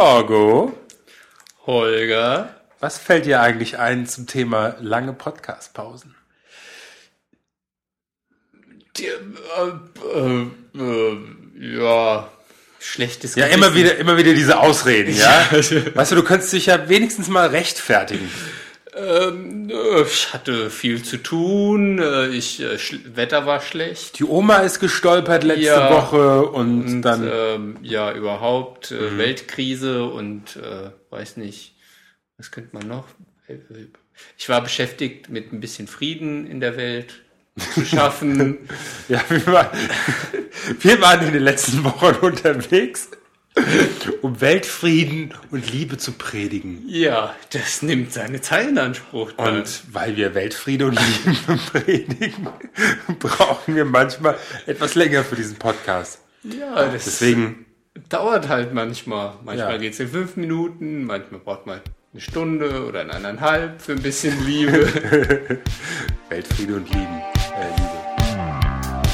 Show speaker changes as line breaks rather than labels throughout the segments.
Jorgo,
Holger.
was fällt dir eigentlich ein zum Thema lange Podcast-Pausen?
Die, äh, äh, äh, ja, schlechtes
Ja, immer wieder, immer wieder diese Ausreden, ja? Weißt du, du könntest dich ja wenigstens mal rechtfertigen.
Ähm, äh, ich hatte viel zu tun, äh, ich, äh, schl- Wetter war schlecht.
Die Oma ist gestolpert letzte
Ja.
Woche und,
Und,
dann. Mhm.
ähm, ja, überhaupt äh, Weltkrise und äh, weiß nicht, was könnte man noch? Ich war beschäftigt mit ein bisschen Frieden in der Welt zu schaffen.
Ja, wir waren, wir waren in den letzten Wochen unterwegs, um Weltfrieden und Liebe zu predigen.
ja, das nimmt seine Zeit in Anspruch. dann.
Und weil wir Weltfrieden und Liebe predigen, brauchen wir manchmal etwas länger für diesen Podcast.
ja, das
Deswegen,
dauert halt manchmal. Manchmal
Ja.
geht's in fünf Minuten, manchmal braucht man eine Stunde oder eine eineinhalb für ein bisschen Liebe.
Weltfrieden und Lieben, äh, Liebe.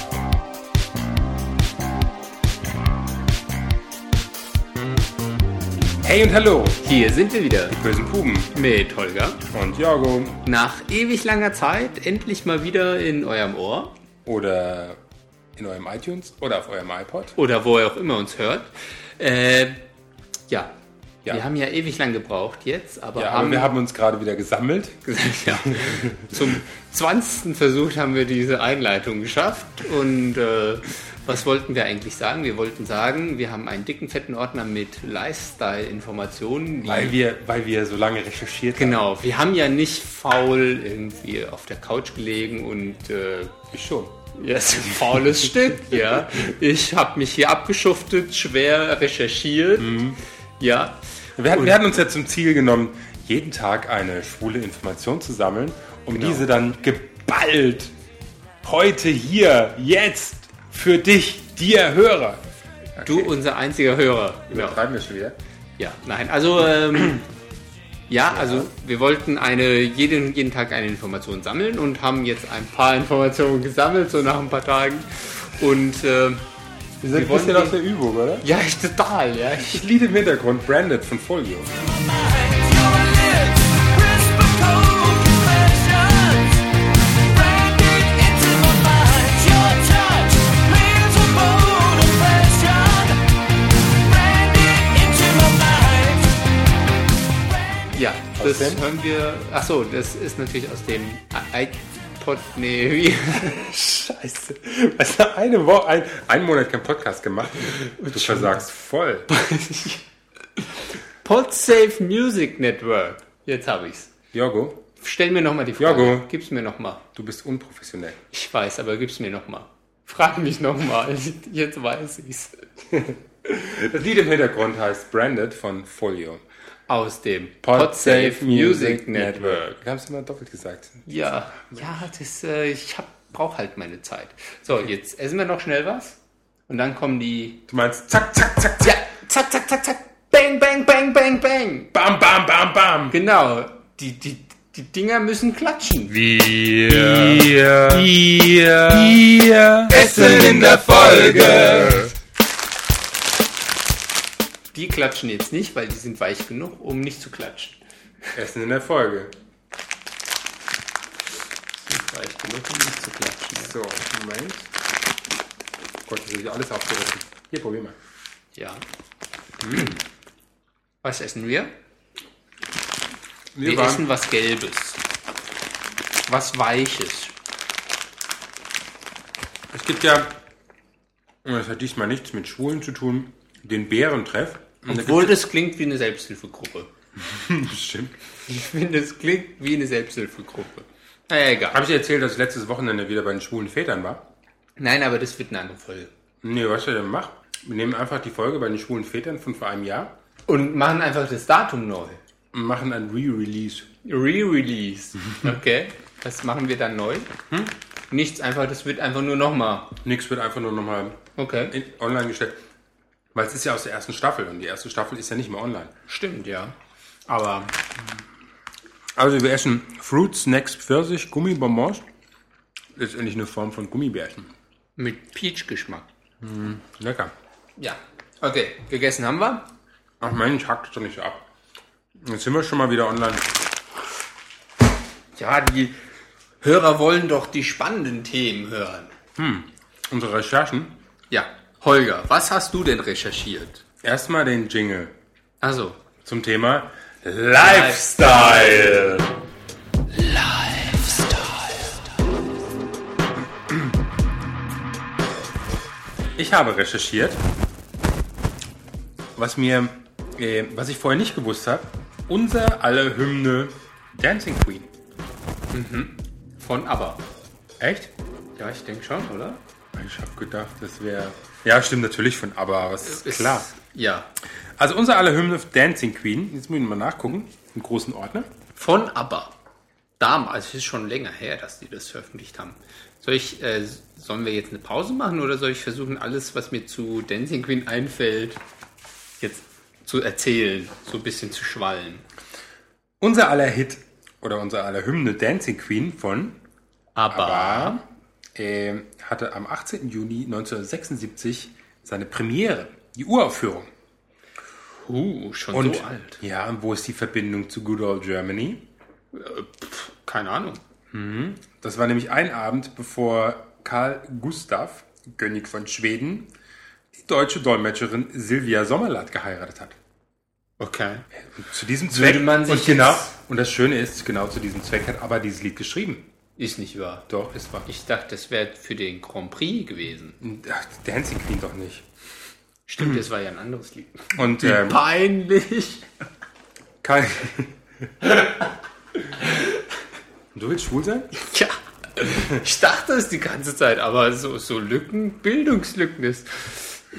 Hey und hallo,
Hier sind wir wieder
bösen Puben
mit Holger.
und Jorgo
Nach ewig langer Zeit endlich mal wieder in eurem Ohr
oder in eurem iTunes oder auf eurem iPod.
oder wo ihr auch immer uns hört. Äh, ja.
Ja.
wir haben ja ewig lang gebraucht jetzt, aber,
Ja, aber
haben,
wir haben uns gerade wieder gesammelt.
gesagt, ja, zum 20. Versuch haben wir diese Einleitung geschafft. Und äh, was wollten wir eigentlich sagen? Wir wollten sagen, wir haben einen dicken, fetten Ordner mit Lifestyle-Informationen. die-
Weil wir, weil wir so lange recherchiert
Genau, wir haben ja nicht faul irgendwie auf der Couch gelegen und äh,
haben. Ich schon.
ja, ist ein faules Stück, ja. Ich habe mich hier abgeschuftet, schwer recherchiert. Ja,
Wir, hatten- wir hatten uns ja zum Ziel genommen, jeden Tag eine schwule Information zu sammeln, um diese dann geballt heute, hier, jetzt für dich, dir Hörer.
du unser einziger Hörer. Genau.
Übertreiben wir schon wieder.
Ja, nein, also ähm, ja, also wir wollten eine jeden, jeden Tag eine Information sammeln und haben jetzt ein paar Informationen gesammelt, so nach ein paar Tagen. Und
Wir
äh,
sind
Wir wollen
ein bisschen
die-
aus der Übung, oder?
ja, ich total, ja. Ich,
Ich liebe im Hintergrund Branded von Folio.
ja, das
dem?
hören wir. Ach so, das ist natürlich aus dem i- iPod. Nee, wie?
Scheiße. Weißt du, eine Woche, ein, einen Monat kein Podcast gemacht. Du versagst voll.
PodSafe Music Network. Jetzt habe ich's.
Jorgo,
Stell mir nochmal die Frage.
Jago.
Gib's mir nochmal.
du bist unprofessionell.
Ich weiß, aber gib's mir nochmal. Frag mich nochmal. Jetzt weiß ich's.
Das Lied im Hintergrund heißt Branded von Folio.
Aus dem PodSafe Music Network.
Wir haben es immer doppelt gesagt.
Ja, ja, das, äh, ich hab, brauch halt meine Zeit. So, jetzt essen wir noch schnell was und dann kommen die.
Du meinst zack, zack, zack, zack,
Ja, zack, zack, zack, zack, bang, bang, bang, bang, bang.
bam, bam, bam, bam.
Genau, die, die, die Dinger müssen klatschen.
Wir, wir, wir
essen in der Folge. Die klatschen jetzt nicht, weil die sind weich genug, um nicht zu klatschen.
Essen in der Folge.
Weich genug, um nicht zu klatschen.
So, Moment. Oh Gott, jetzt habe ich alles aufgerissen. Hier, probier mal.
Ja. Was essen wir?
Wir,
Wir
waren,
essen was Gelbes. Was Weiches.
es gibt ja, und das hat diesmal nichts mit Schwulen zu tun, den Bärentreff. Und da
Obwohl das klingt wie eine Selbsthilfegruppe.
gibt's bestimmt.
Ich finde, es klingt wie eine Selbsthilfegruppe. Naja, egal.
Habe ich dir erzählt, dass ich letztes Wochenende wieder bei den schwulen Vätern war?
Nein, aber das wird eine andere Folge.
Nee, was wir denn machen? Wir nehmen einfach die Folge bei den schwulen Vätern von vor einem Jahr
Und machen einfach das Datum neu.
und machen ein Re-Release.
Re-Release. Okay. Das machen wir dann neu. Nichts einfach, das wird einfach nur nochmal.
Nix wird einfach nur nochmal
Okay.
in- online gestellt. Weil es ist ja aus der ersten Staffel und die erste Staffel ist ja nicht mehr online.
Stimmt, ja. Aber
Also wir essen Fruit, Snacks, Pfirsich, Gummibonbons. Letztendlich eine Form von Gummibärchen.
mit Peach-Geschmack.
Lecker.
Ja. Okay, gegessen haben wir.
Ach Mensch, hackt doch nicht ab. Jetzt sind wir schon mal wieder online.
Ja, die Hörer wollen doch die spannenden Themen hören.
Unsere Recherchen.
Ja, Holger, was hast du denn recherchiert?
Erstmal den Jingle
Also,
zum Thema Lifestyle. Ich habe recherchiert, was mir, äh, was ich vorher nicht gewusst habe. Unser aller Hymne Dancing Queen.
von aber.
Echt?
Ja, ich denke schon, oder?
Ich habe gedacht, das wäre. Ja, stimmt natürlich von ABBA, aber es ist klar.
Ja.
Also unser aller Hymne Dancing Queen. Jetzt muss ich mal nachgucken. Im großen Ordner.
Von aber. Damals, also es ist schon länger her, dass die das veröffentlicht haben. Soll ich, äh, sollen wir jetzt eine Pause machen oder soll ich versuchen, alles, was mir zu Dancing Queen einfällt, jetzt zu erzählen, so ein bisschen zu schwallen?
Unser aller Hit oder unser aller Hymne Dancing Queen von
Aber.
ABBA äh, hatte am 18. Juni 1976 seine Premiere, die Uraufführung.
Uh, schon
Und
so alt.
ja, und wo ist die Verbindung zu Good Old Germany?
Keine Ahnung.
Das war nämlich ein Abend, bevor Karl Gustav, König von Schweden, die deutsche Dolmetscherin Silvia Sommerlath geheiratet hat.
Okay.
Zu diesem
Würde
Zweck
man sich
und genau
jetzt-
und das Schöne ist, genau zu diesem Zweck hat aber dieses Lied geschrieben.
Ist nicht wahr.
Doch, ist wahr.
Ich dachte, das wäre für den Grand Prix gewesen.
Ach, Dancing Queen doch nicht.
Stimmt, das war ja ein anderes Lied.
Und ähm,
Peinlich.
Karl Du willst schwul sein?
Tja, ich dachte es die ganze Zeit, aber so, so Lücken, Bildungslücken ist,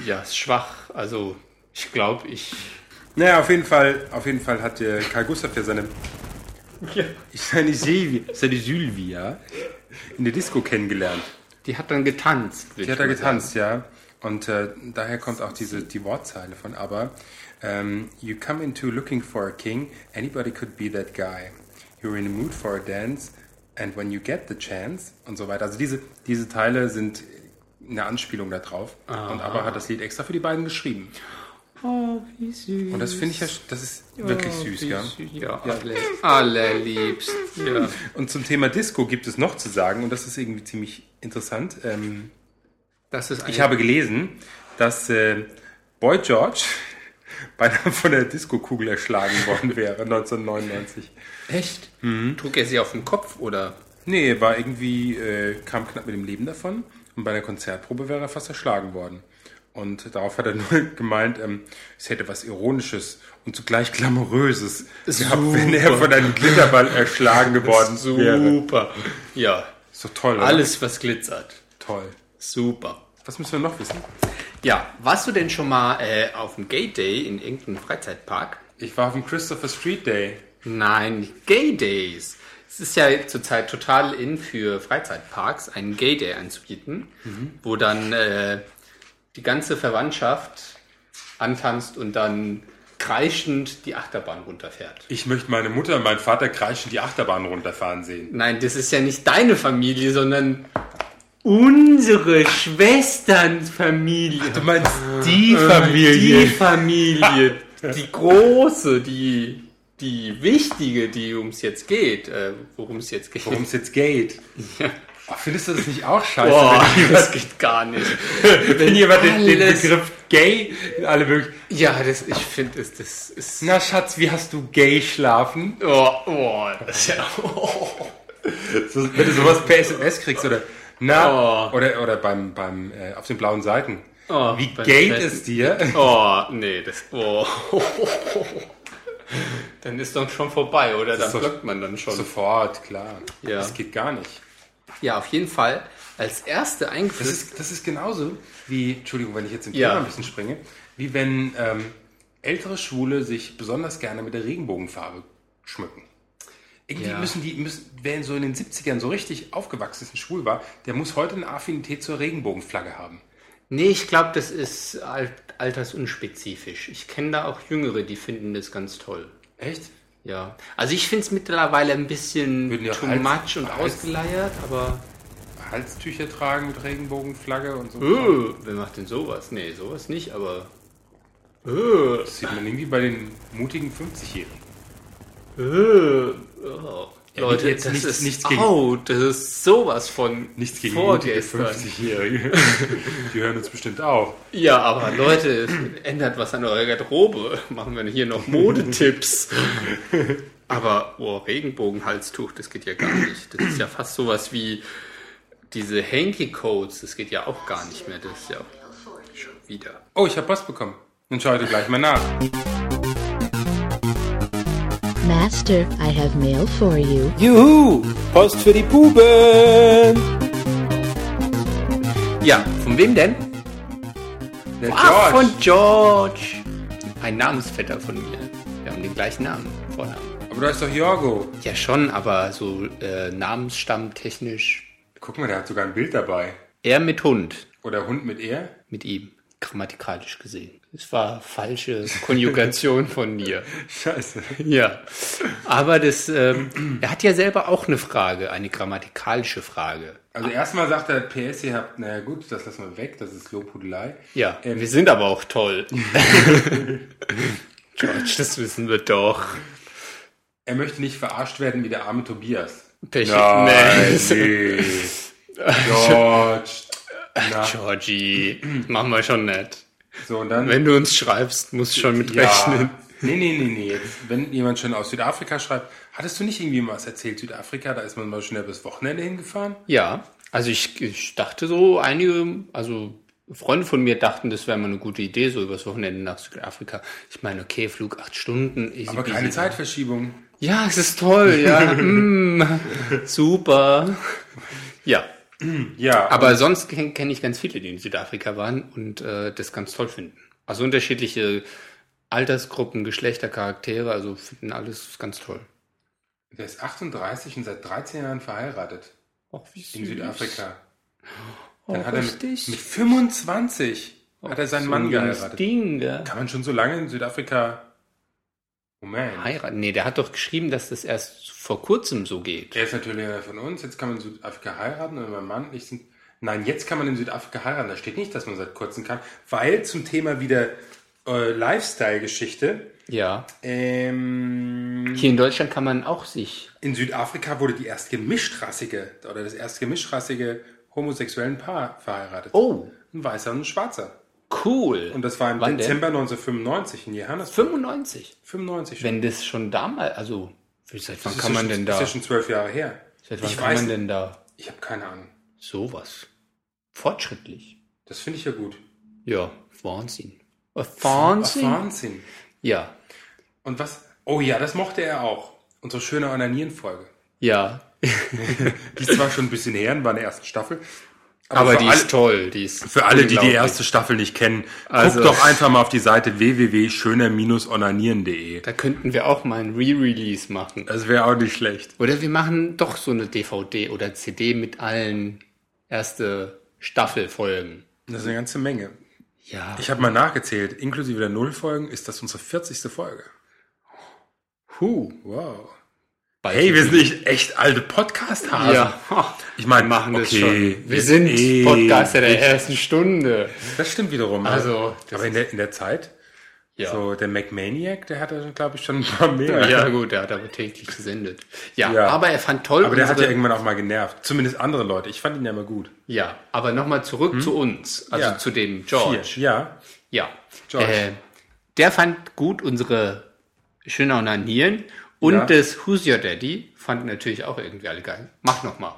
ja, ist schwach. Also, ich glaube, ich.
Naja, auf jeden Fall, auf jeden Fall hat der Karl Gustav ja seine, seine, Silvia, seine Sylvia in der Disco kennengelernt.
Die hat dann getanzt.
Die hat da getanzt, ja. Und äh, daher kommt auch diese die Wortzeile von Aber. Ähm, you come into looking for a king, anybody could be that guy. You're in the mood for a dance, and when you get the chance und so weiter. Also diese, diese Teile sind eine Anspielung darauf. Und Aber hat das Lied extra für die beiden geschrieben.
Oh, wie süß. Oh,
Und das finde ich ja, das ist wirklich süß,
Wie
ja.
süß. Ja, alle, allerliebst. Ja.
Und zum Thema Disco gibt es noch zu sagen, und das ist irgendwie ziemlich interessant. Ähm,
Das ist
Ich habe gelesen, dass äh, Boy George beinahe von der Diskokugel erschlagen worden wäre 1999.
Echt?
Mhm.
Trug er sie auf den Kopf oder?
Nee, war irgendwie, äh, kam knapp mit dem Leben davon und bei einer Konzertprobe wäre er fast erschlagen worden. Und darauf hat er nur gemeint, ähm, es hätte was Ironisches und zugleich Glamouröses gehabt, wenn er von einem Glitterball erschlagen geworden wäre.
Super. Ja,
Ist doch toll, oder?
alles, was glitzert.
Toll.
Super.
Was müssen wir noch wissen?
Ja, warst du denn schon mal äh, auf dem Gay Day in irgendeinem Freizeitpark?
Ich war auf dem Christopher Street Day.
Nein, Gay Days. Es ist ja zurzeit total in für Freizeitparks, einen Gay Day anzubieten,
Mhm.
wo dann äh, die ganze Verwandtschaft antanzt und dann kreischend die Achterbahn runterfährt.
Ich möchte meine Mutter und meinen Vater kreischend die Achterbahn runterfahren sehen.
Nein, das ist ja nicht deine Familie, sondern unsere Schwesternfamilie.
Du meinst Äh, die Familie.
Die Familie, die große, die, die wichtige, die ums jetzt geht, äh, worum es jetzt geht.
Worum es jetzt geht. Ach, findest du das nicht auch scheiße?
Boah, das geht gar nicht.
wenn, wenn jemand den, den
alles-
Begriff gay in alle möglichen.
Ja, das, ich finde, das, das ist.
Na Schatz, wie hast du gay schlafen?
Oh, oh, das ist ja. Oh.
So, wenn du sowas per SMS kriegst oder. Na,
Oh.
oder, oder beim, beim, äh, auf den blauen Seiten.
Oh,
Wie
beim
gay
Chatten.
es dir?
Oh, nee, das. Oh. Dann ist dann schon vorbei, oder? Dann
ist doch-
blockt man dann schon.
Sofort, klar.
Ja.
Das geht gar nicht.
Ja, auf jeden Fall. Als erste
Das
eingeführt.
ist, das ist genauso wie, Entschuldigung, wenn ich jetzt im
Ja.
Thema ein bisschen springe, wie wenn ähm, ältere Schwule sich besonders gerne mit der Regenbogenfarbe schmücken. Irgendwie
Ja.
müssen die, müssen, wer so in den 70ern so richtig aufgewachsen ist und schwul war, der muss heute eine Affinität zur Regenbogenflagge haben.
Nee, ich glaube, das ist alt, altersunspezifisch. Ich kenne da auch Jüngere, die finden das ganz toll.
Echt?
Ja. Also ich finde es mittlerweile ein bisschen
Würden die auch
too
als-
much und
als-
ausgeleiert, aber.
Halstücher Äh?
Äh,
tragen mit Regenbogenflagge und so.
Öh, wer macht denn sowas? Nee, sowas nicht, aber Äh,
Das sieht man irgendwie bei den mutigen 50-Jährigen.
äh, oh.
Ja,
Leute,
jetzt
das
nichts-
ist
nichts gegen-
out. Das ist sowas von
Nichts gegen mutige
vorgestern.
50-Jährige. Die hören uns bestimmt auch.
Ja, aber Leute, ändert was an eurer Garderobe. Machen wir hier noch Modetipps. Aber oh, Regenbogenhalstuch, das geht ja gar nicht. Das ist ja fast sowas wie diese Hanky-Codes. Das geht ja auch gar nicht mehr. Das ist ja auch schon wieder.
Oh, ich habe Post bekommen. Dann schaue ich gleich mal nach.
Master, I have mail for you.
Juhu! Post für die Puben!
Ja, von wem denn?
Der
Ah,
George.
von George. Ein Namensvetter von mir. Wir haben den gleichen Namen, Vornamen.
Aber da ist doch Jorgo.
Ja, schon, aber so äh, namensstammtechnisch.
Guck mal, der hat sogar ein Bild dabei.
Er mit Hund.
Oder Hund mit E? er?
mit ihm, grammatikalisch gesehen. Es war falsche Konjugation von mir.
Scheiße.
Ja. Aber das, ähm, er hat ja selber auch eine Frage, eine grammatikalische Frage.
Also erstmal sagt er, PS, ihr habt, naja gut, das lassen wir weg, das ist Lobhudelei.
Ja,
Ähm,
Äh, wir sind aber auch toll. George, das wissen wir doch.
Er möchte nicht verarscht werden wie der arme Tobias.
Pech.
Nein,
Nee.
nee. George. Na,
Georgie, machen wir schon nett.
so und dann.
Wenn du uns schreibst, musst schon mit rechnen.
Nee, nee, nee, nee. Jetzt, wenn jemand schon aus Südafrika schreibt, hattest du nicht irgendwie mal was erzählt, Südafrika, da ist man mal schnell bis Wochenende hingefahren?
Ja, also ich, ich dachte so, einige, also Freunde von mir dachten, das wäre mal eine gute Idee, so übers Wochenende nach Südafrika. Ich meine, okay, Flug acht Stunden. Easy,
Aber keine Zeitverschiebung.
Ja, es ist toll, ja. mm, super. Ja,
Ja,
aber sonst ken- kenne ich ganz viele, die in Südafrika waren und äh, das ganz toll finden. Also unterschiedliche Altersgruppen, Geschlechter, Charaktere, also finden alles ganz toll.
der ist 38 und seit 13 Jahren verheiratet
Auch wie süß.
in Südafrika.
Oh,
Dann hat er mit, mit
richtig. Oh,
25 hat er seinen
so
Mann
ein junges
geheiratet.
Ding, ja.
Kann man schon so lange in Südafrika. Moment.
Heiraten? Nee, der hat doch geschrieben, dass das erst vor kurzem so geht.
Er ist natürlich einer von uns. Jetzt kann man in Südafrika heiraten und mein Mann, ich sind. Nein, jetzt kann man in Südafrika heiraten. Da steht nicht, dass man seit kurzem kann. Weil zum Thema wieder äh, Lifestyle-Geschichte.
Ja.
Ähm,
Hier in Deutschland kann man auch sich.
in Südafrika wurde die erste gemischtrassige oder das erste gemischtrassige homosexuellen Paar verheiratet.
Oh,
Ein weißer und ein schwarzer.
cool.
Und das war im
Wann
Dezember 1995 in Johannesburg.
Denn? 95.
95 schon.
Wenn das schon damals, also wie- seit wann
Das ist
kann
ja
man
schon-
denn
Das
da?
ist ja schon zwölf Jahre her.
Seit wann
ich
kann
weiß,
man denn da
ich habe keine Ahnung.
sowas? Fortschrittlich.
Das finde ich ja gut.
Ja, Wahnsinn. Äh,
Ah,
Wahnsinn.
Wahnsinn.
Ja,
Und was? Oh ja, das mochte er auch. Unsere schöne Onanieren-Folge.
ja.
Die ist zwar schon ein bisschen her, war in der ersten Staffel.
Aber
für
die
alle,
ist toll. Die ist
Für alle, die die
unglaublich.
erste Staffel nicht kennen,
Also-
guckt doch einfach mal auf die Seite www.schöner-onanieren.de.
Da könnten wir auch mal ein Re-Release machen.
Das wäre auch nicht schlecht.
Oder wir machen doch so eine DVD oder CD mit allen erste Staffelfolgen.
Das ist eine ganze Menge.
Ja.
Ich habe mal nachgezählt, inklusive der Nullfolgen ist das unsere 40. Folge.
Huh.
Wow.
Bald
Hey, wir sind nicht echt alte Podcast-Hasen.
Ja.
Ich meine,
Wir machen das
okay,
schon. Wir
jetzt
sind
eh.
Podcaster der ersten Stunde.
Das stimmt wiederum. ne?
Also, das
aber in der, in der Zeit,
Ja.
so der McManiac, der hatte, glaube ich, schon ein paar mehr.
Ja, gut, der hat aber täglich gesendet. Ja,
Ja.
aber er fand toll.
Aber der hat ja
unsere-
irgendwann auch mal genervt. Zumindest andere Leute. Ich fand ihn ja immer gut.
ja, aber nochmal zurück zu uns, also
Hm? Ja.
zu dem George.
Hier, Ja.
Ja.
George.
Äh, der fand gut unsere Schöner und Nieren und
Ja.
das Who's Your Daddy fanden natürlich auch irgendwie alle geil. Mach nochmal.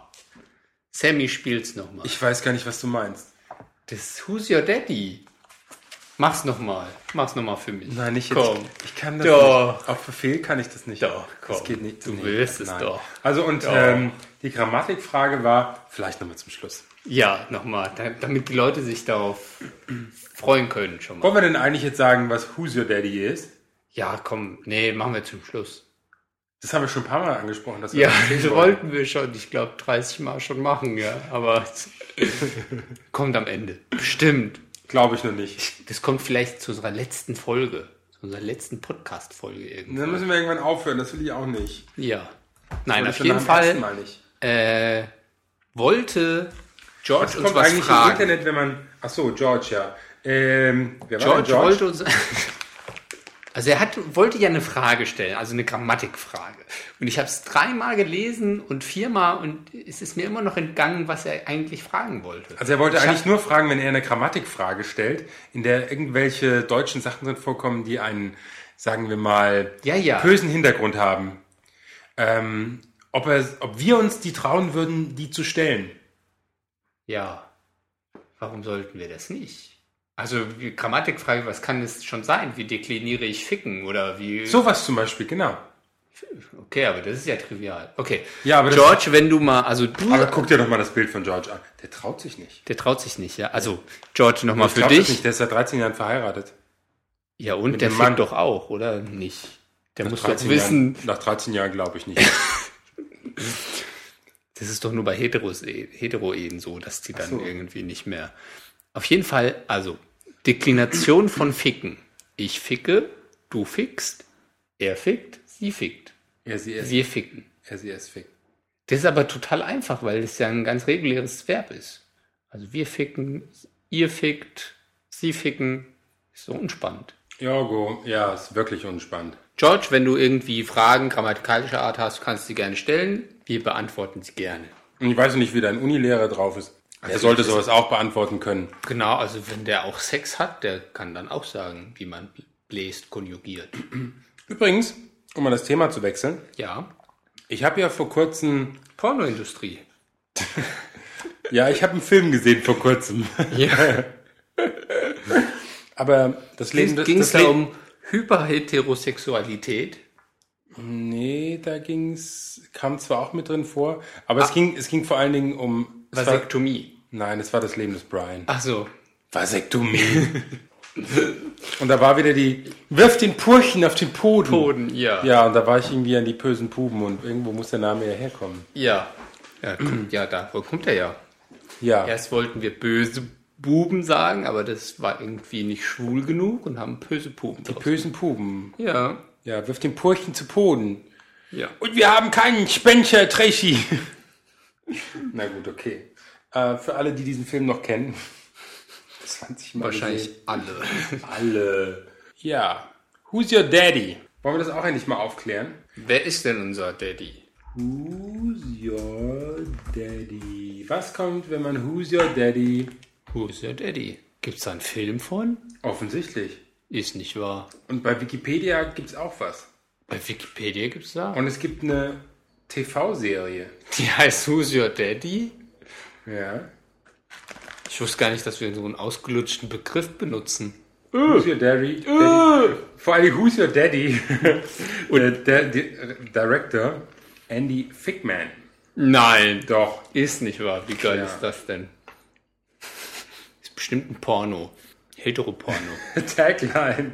Sammy spielt's nochmal.
Ich weiß gar nicht, was du meinst.
Das Who's Your Daddy. Mach's nochmal. Mach's nochmal für mich.
Nein, nicht jetzt.
Komm.
Ich kann das
Doch.
nicht. Auf Befehl kann ich das nicht.
Doch, komm.
Das geht nicht.
Du
nee,
willst es
nein.
doch.
Also und
Doch.
ähm, die Grammatikfrage war, vielleicht nochmal zum Schluss.
Ja, nochmal. Da, damit die Leute sich darauf freuen können schon mal.
Wollen wir denn eigentlich jetzt sagen, was Who's Your Daddy ist?
Ja, komm. Nee, machen wir zum Schluss.
Das haben wir schon ein paar Mal angesprochen. Dass wir
Ja,
das erzählen
das wollten wir schon, ich glaube, 30 Mal schon machen, ja. Aber kommt am Ende. Bestimmt.
Glaube ich noch nicht.
Das kommt vielleicht zu unserer letzten Folge, zu unserer letzten Podcast-Folge
Und
irgendwie.
Dann müssen wir irgendwann aufhören. Das will ich auch nicht.
Ja. Nein,
Oder
auf
schon
jeden
nach dem ersten
Fall
Mal nicht.
äh, wollte George
Was
uns
kommt
was
eigentlich im
fragen.
Internet, wenn man. Ach so, George, ja. Ähm, wer war
George,
denn George?
wollte uns Also er hat, wollte ja eine Frage stellen, also eine Grammatikfrage. Und ich habe es dreimal gelesen und viermal und es ist mir immer noch entgangen, was er eigentlich fragen wollte.
Also er wollte
Ich hab-
eigentlich nur fragen, wenn er eine Grammatikfrage stellt, in der irgendwelche deutschen Sachen drin vorkommen, die einen, sagen wir mal,
Ja, ja.
bösen Hintergrund haben. Ähm, ob, er, ob wir uns die trauen würden, die zu stellen.
Mhm. Ja. Warum sollten wir das nicht? Also die Grammatikfrage, was kann es schon sein? Wie dekliniere ich ficken oder wie?
Sowas zum Beispiel, genau.
Okay, aber das ist ja trivial. Okay.
Ja, aber das-
George, wenn du mal, also du,
Aber guck dir doch mal das Bild von George an. Der traut sich nicht.
der traut sich nicht, ja. Also George nochmal für
traut sich
dich.
Nicht. Der ist seit 13 Jahren verheiratet.
Ja und der
dem Mann.
fickt doch auch, oder nicht? Der muss doch
13
wissen.
Jahren, nach 13 Jahren glaube ich nicht.
Das ist doch nur bei Heteros, eh, Hetero-Ehen so, dass die dann
so.
irgendwie nicht mehr. Auf jeden Fall, also Deklination von Ficken. Ich ficke, du fickst, er fickt, sie fickt.
er, sie, er, sie.
Wir ficken.
er, sie, es fickt.
Das ist aber total einfach, weil das ja ein ganz reguläres Verb ist. Also wir ficken, ihr fickt, sie ficken. Ist so unspannend.
Jorgo, ja, ist wirklich unspannend.
George, wenn du irgendwie Fragen grammatikalischer Art hast, kannst du sie gerne stellen. Wir beantworten sie gerne.
Und ich weiß nicht, wie dein Unilehrer drauf ist. Er sollte sowas auch beantworten können.
Genau, also wenn der auch Sex hat, der kann dann auch sagen, wie man bläst, konjugiert.
Übrigens, um mal das Thema zu wechseln,
Ja,
ich habe ja vor kurzem,
Pornoindustrie.
ja, ich habe einen Film gesehen vor kurzem,
Ja.
aber das Leben...
Ging es
das
da
Le-
um Hyperheterosexualität?
Nee, da ging's, kam zwar auch mit drin vor, aber
Ah.
es ging, es ging vor allen Dingen um... es War,
Vasektomie.
nein, es war das Leben des Brian.
Ach so.
Vasektomie. und da war wieder die, wirf den Purchen auf den Boden.
Boden, ja.
Ja, und da war ich irgendwie an die bösen Puben und irgendwo muss der Name ja herkommen.
Ja, ja, kommt, ja da wo kommt er ja.
Ja.
Erst wollten wir böse Buben sagen, aber das war irgendwie nicht schwul genug und haben böse Buben.
Die bösen Puben.
ja,
Ja, wirf den Purchen zu Boden.
ja.
Und wir haben keinen Spencer Treschi. Na gut, okay. Äh, für alle, die diesen Film noch kennen. 20 Mal
Wahrscheinlich
gesehen.
alle.
alle. Ja. Who's your daddy? Wollen wir das auch endlich mal aufklären?
Wer ist denn unser Daddy?
Who's your daddy? Was kommt, wenn man Who's your daddy?
Who is your Daddy? Gibt's da einen Film von?
Offensichtlich.
Ist nicht wahr.
Und bei Wikipedia gibt's auch was.
Bei Wikipedia gibt's da.
Und es gibt eine TV-Serie.
Die heißt Who's Your Daddy?
Ja.
Ich wusste gar nicht, dass wir so einen ausgelutschten Begriff benutzen.
Who's your daddy? daddy? Äh. Vor allem Who's your daddy? Und der, der, der Director Andy Fickman.
Nein.
Doch.
Ist nicht wahr. Wie geil
Ja.
ist das denn? Ist bestimmt ein Porno. Heteroporno.
Tagline.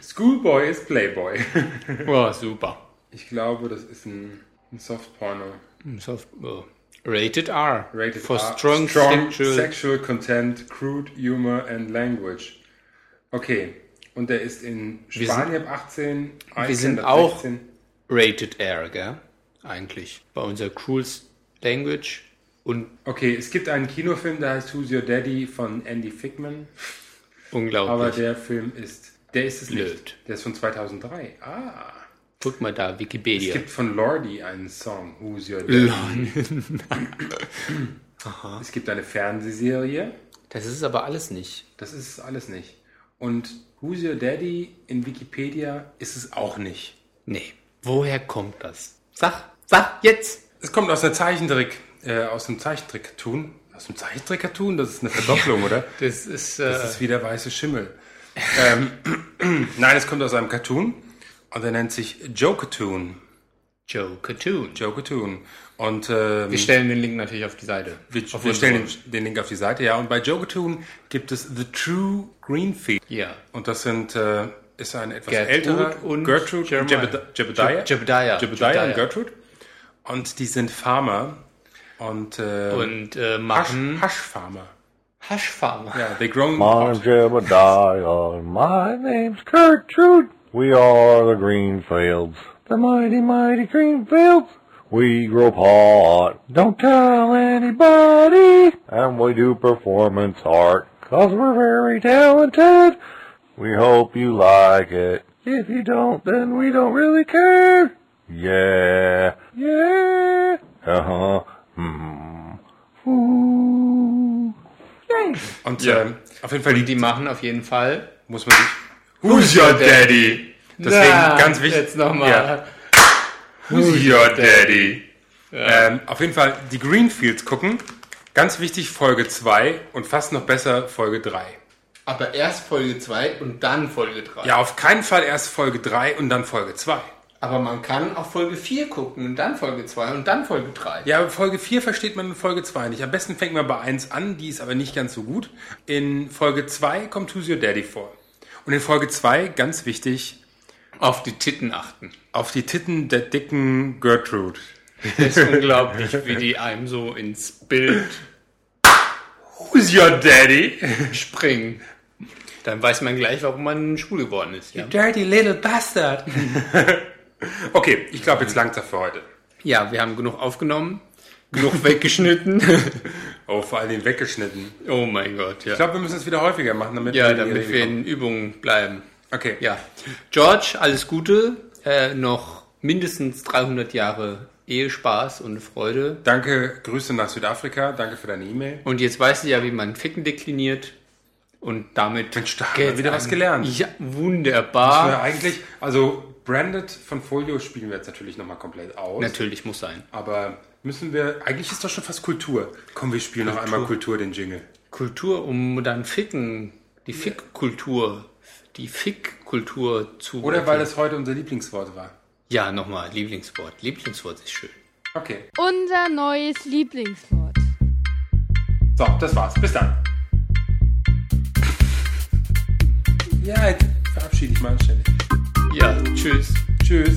Schoolboy ist Playboy.
oh, super.
Ich glaube, das ist ein, ein Softporno.
Soft- oh. Rated R.
Rated
For
R.
strong,
strong
sexual.
sexual. content, crude humor and language. Okay. Und der ist in
sind-
Spanien ab 18.
wir
Iceland
sind
ab
auch-
16.
Rated R, gell? Eigentlich. Bei unserer Cruel Language. Und
Okay, es gibt einen Kinofilm, der heißt Who's Your Daddy von Andy Fickman.
unglaublich.
Aber der Film ist, der ist es
Blöd.
nicht. Der ist von 2003. Ah.
Guck mal da,
Es
Wikipedia.
gibt von Lordi einen Song, Who's Your Daddy. Es gibt eine Fernsehserie.
Das ist es aber alles nicht.
Das ist alles nicht. Und Who's Your Daddy in Wikipedia ist es auch nicht.
Nee. Woher kommt das? Sag, sag jetzt!
Es kommt aus der Zeichentrick, äh, aus dem Zeichentrick-Cartoon. Aus dem Zeichentrick-Cartoon? Das ist eine Verdopplung, oder?
Das ist, äh,
Das ist wie der weiße Schimmel. ähm, nein, es kommt aus einem Cartoon. Und der nennt sich Jokatoon.
Joe Cartoon.
Jokatoon. Und ähm,
Wir stellen den Link natürlich auf die Seite.
Wir,
auf
wir
unsere-
stellen den, den Link auf die Seite, ja. Und bei Jogatoon gibt es The True Greenfield.
Ja.
Und das sind, äh, ist ein etwas
Gertrud
älterer
und
Gertrude,
Jeremiah.
Jebedi- Jebediah.
Je-
Jebediah
Jebediah. Jebediah.
und Gertrude. Und die sind Farmer und, äh,
Und äh,
Hasch,
machen
Haschfarmer.
Haschfarmer.
Ja, they grown
I'm
pot.
Jebediah. My name's Gertrude. We are the Greenfields, the mighty, mighty Greenfields. We grow pot. Don't tell anybody. And we do performance art, cause we're very talented. We hope you like it. If you don't, then we don't really care. Yeah. Yeah. Uh huh. Mm. Ooh.
Und
Ja.
ähm, auf jeden Fall die,
Die machen auf jeden Fall.
muss man sich. Who's your daddy? Deswegen
Na,
ganz wichtig.
Jetzt nochmal.
Ja. Who's your daddy? Ähm, auf jeden Fall die Greenfields gucken. Ganz wichtig Folge 2 und fast noch besser Folge 3.
Aber erst Folge 2 und dann Folge 3.
Ja, auf keinen Fall erst Folge 3 und dann Folge 2.
Aber man kann auch Folge 4 gucken und dann Folge 2 und dann Folge 3.
Ja, Folge 4 versteht man in Folge 2 nicht. Am besten fängt man bei 1 an, die ist aber nicht ganz so gut. In Folge 2 kommt Who's Your Daddy vor. Und in Folge 2, ganz wichtig,
Auf die Titten achten.
auf die Titten der dicken Gertrude.
Das ist unglaublich, wie die einem so ins Bild
Who's your daddy?
springen. Dann weiß man gleich, warum man schwul geworden ist. Ja,
Dirty little bastard. okay, ich glaube, jetzt langt's für heute.
ja wir haben genug aufgenommen, genug weggeschnitten.
Oh, vor allem weggeschnitten. Ich
oh mein Gott, ja.
glaube, wir müssen es wieder häufiger machen, damit
Ja,
in die
damit
Regel
wir
kommen.
in Übung bleiben.
Okay.
Ja. George, alles Gute. Äh, noch mindestens 300 Jahre Ehespaß und Freude.
Danke, Grüße nach Südafrika. Danke für deine E-Mail.
Und jetzt weißt du ja, wie man Ficken dekliniert. Und damit.
Mensch, da haben wir wieder was gelernt.
Ja,
Ja,
wunderbar.
Äh, eigentlich, also Branded von Folio spielen wir jetzt natürlich nochmal komplett aus.
Natürlich muss sein.
Aber müssen wir, eigentlich ist doch schon fast Kultur. Komm, wir spielen noch einmal Kultur, den Jingle.
Kultur, um dann Ficken, die Fickkultur, die Fickkultur zu.
Oder weil das heute unser Lieblingswort war.
Ja, nochmal, Lieblingswort. Lieblingswort ist schön.
Okay.
Unser neues Lieblingswort.
So, das war's. Bis dann. Ja, jetzt verabschiede ich mal anständig.
Ja, tschüss.
Tschüss.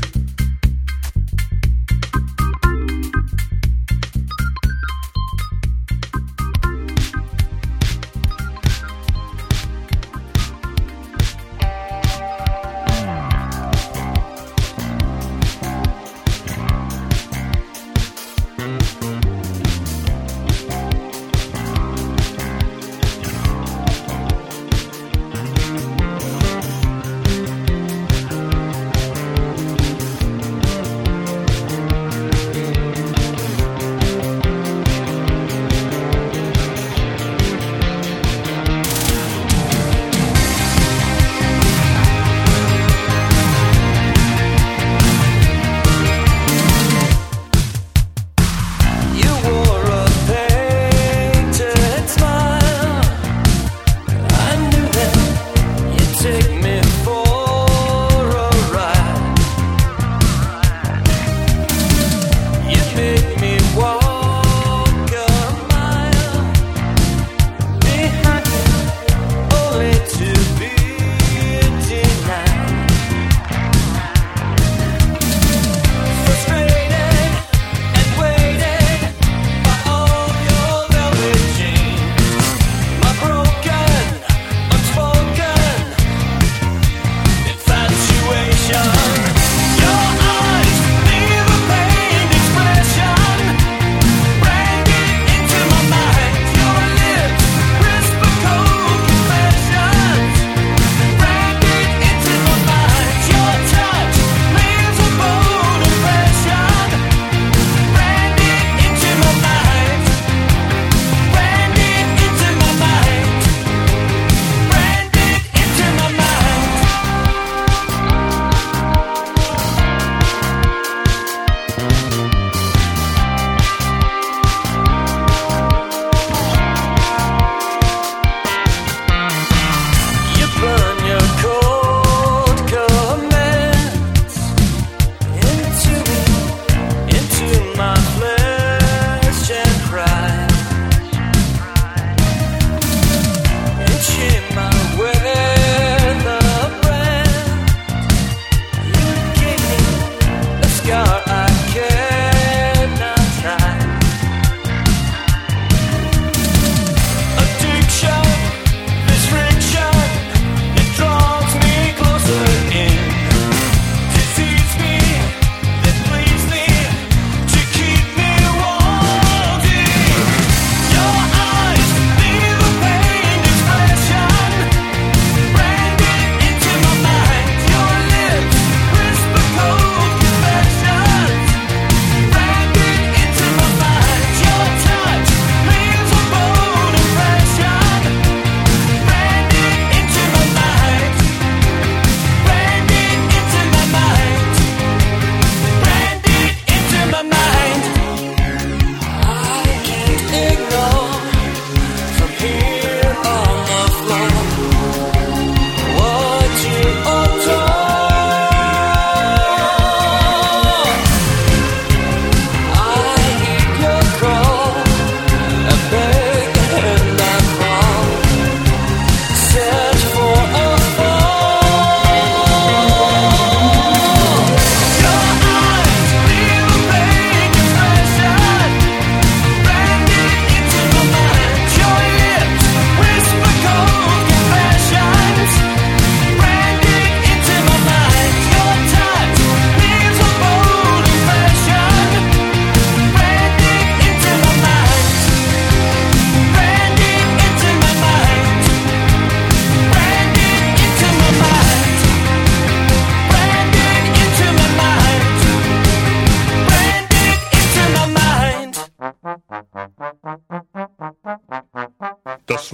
Das